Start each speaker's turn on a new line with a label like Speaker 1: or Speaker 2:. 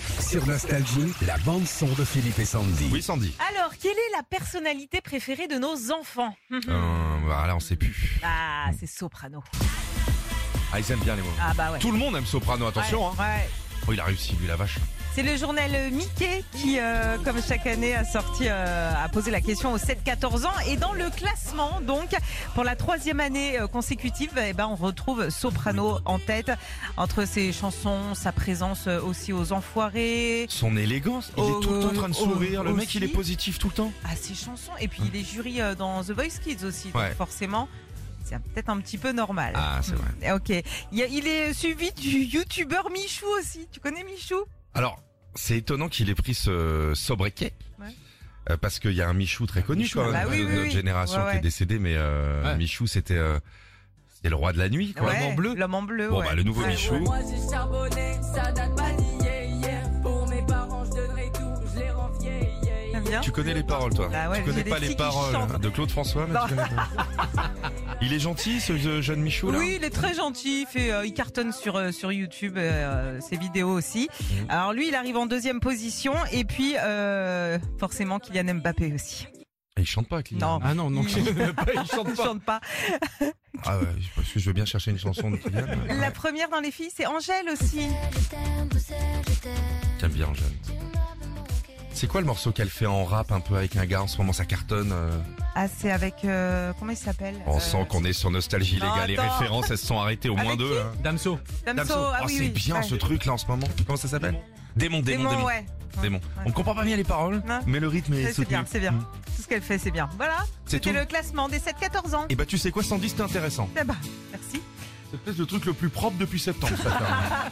Speaker 1: sur Nostalgie, la bande son de Philippe et Sandy.
Speaker 2: Oui, Sandy.
Speaker 3: Alors, quelle est la personnalité préférée de nos enfants
Speaker 2: Euh, bah, là, on sait plus.
Speaker 3: Ah, c'est Soprano.
Speaker 2: Ah, ils aiment bien les mots.
Speaker 3: Ah bah ouais.
Speaker 2: Tout le monde aime Soprano, attention.
Speaker 3: Ouais,
Speaker 2: hein.
Speaker 3: ouais.
Speaker 2: Oh, il a réussi, lui, la vache.
Speaker 3: C'est le journal Mickey qui, euh, comme chaque année, a sorti, euh, a posé la question aux 7-14 ans. Et dans le classement, donc, pour la troisième année euh, consécutive, eh ben, on retrouve Soprano en tête. Entre ses chansons, sa présence euh, aussi aux enfoirés,
Speaker 2: Son élégance, il
Speaker 3: Oh,
Speaker 2: est tout le temps en train de
Speaker 3: oh,
Speaker 2: sourire. Le mec,
Speaker 3: aussi.
Speaker 2: il est positif tout le temps.
Speaker 3: à ses chansons. Et puis, il est jury euh, dans The Voice Kids aussi. Donc,
Speaker 2: Ouais.
Speaker 3: forcément, c'est peut-être un petit peu normal.
Speaker 2: Ah, c'est vrai.
Speaker 3: Ok. Il, y a- il est suivi du youtubeur Michou aussi. Tu connais Michou
Speaker 2: Alors, c'est étonnant qu'il ait pris ce sobriquet.
Speaker 3: Ouais.
Speaker 2: Euh, parce qu'il y a un Michou très connu
Speaker 4: Michou,
Speaker 2: quand même
Speaker 3: bah oui,
Speaker 2: de
Speaker 3: oui,
Speaker 2: notre
Speaker 3: oui.
Speaker 2: génération
Speaker 3: Ouais,
Speaker 2: qui
Speaker 3: ouais.
Speaker 2: est décédé, mais euh,
Speaker 4: Ouais.
Speaker 2: Michou c'était euh, c'était le roi de la nuit, quoi.
Speaker 3: Ouais,
Speaker 2: en bleu.
Speaker 3: L'homme en bleu.
Speaker 2: Bon
Speaker 3: ouais.
Speaker 2: bah le nouveau
Speaker 3: Ouais.
Speaker 2: Michou.
Speaker 5: Moi j'ai charbonné, ça date pas d'hier, hier. Pour mes parents, je donnerai tout, je les rends vieilles, yeah, yeah.
Speaker 3: T'aimes bien
Speaker 2: Tu connais les paroles toi
Speaker 3: Bah ouais,
Speaker 2: Tu
Speaker 3: j'ai
Speaker 2: connais
Speaker 3: des
Speaker 2: pas
Speaker 3: filles
Speaker 2: les
Speaker 3: qui
Speaker 2: paroles hein.
Speaker 3: chantent.
Speaker 2: de Claude François mais
Speaker 3: Non.
Speaker 2: tu connais pas. Il est gentil ce euh, jeune Michou là.
Speaker 3: Oui, il est très gentil, il, fait, euh, il cartonne sur, euh, sur YouTube, euh, ses vidéos aussi.
Speaker 2: Mhm.
Speaker 3: Alors lui, il arrive en deuxième position, et puis euh, forcément Kylian Mbappé aussi.
Speaker 2: Et il chante pas Kylian.
Speaker 3: Non.
Speaker 4: Ah non, non, il chante
Speaker 3: Il
Speaker 4: pas.
Speaker 3: chante pas.
Speaker 2: Ah ouais, parce que je veux bien chercher une chanson de Kylian. mais-
Speaker 3: La première dans les filles, c'est Angèle aussi.
Speaker 2: J'aime bien jeune. C'est quoi le morceau qu'elle fait en rap un peu avec un gars en ce moment ça cartonne euh,
Speaker 3: Ah, c'est avec... euh, comment il s'appelle
Speaker 2: On
Speaker 3: Euh,
Speaker 2: sent qu'on est sur Nostalgie les
Speaker 3: non,
Speaker 2: gars, les
Speaker 3: attends.
Speaker 2: références elles se sont arrêtées au moins
Speaker 3: Avec
Speaker 2: deux.
Speaker 3: qui
Speaker 2: hein.
Speaker 4: Damso.
Speaker 3: Damso.
Speaker 2: Damso.
Speaker 3: Ah,
Speaker 2: Oh,
Speaker 3: oui,
Speaker 2: c'est
Speaker 3: oui.
Speaker 2: bien
Speaker 3: Ouais.
Speaker 2: ce truc là en ce moment. Comment ça s'appelle Démon, démon,
Speaker 3: Démon,
Speaker 2: démon.
Speaker 3: ouais.
Speaker 2: Démon.
Speaker 3: Ouais.
Speaker 2: On comprend pas bien les paroles,
Speaker 3: Non.
Speaker 2: mais le rythme est
Speaker 3: Ouais, C'est
Speaker 2: soutenu.
Speaker 3: bien, c'est bien.
Speaker 2: Mm.
Speaker 3: Tout ce qu'elle fait, c'est bien. Voilà,
Speaker 2: C'est
Speaker 3: c'était
Speaker 2: tout.
Speaker 3: le classement des 7-14 ans.
Speaker 2: Et bah tu sais quoi, Sandy, c'était intéressant.
Speaker 3: Ah bah, merci.
Speaker 2: C'est peut-être le truc le plus propre depuis septembre. ça, quand même.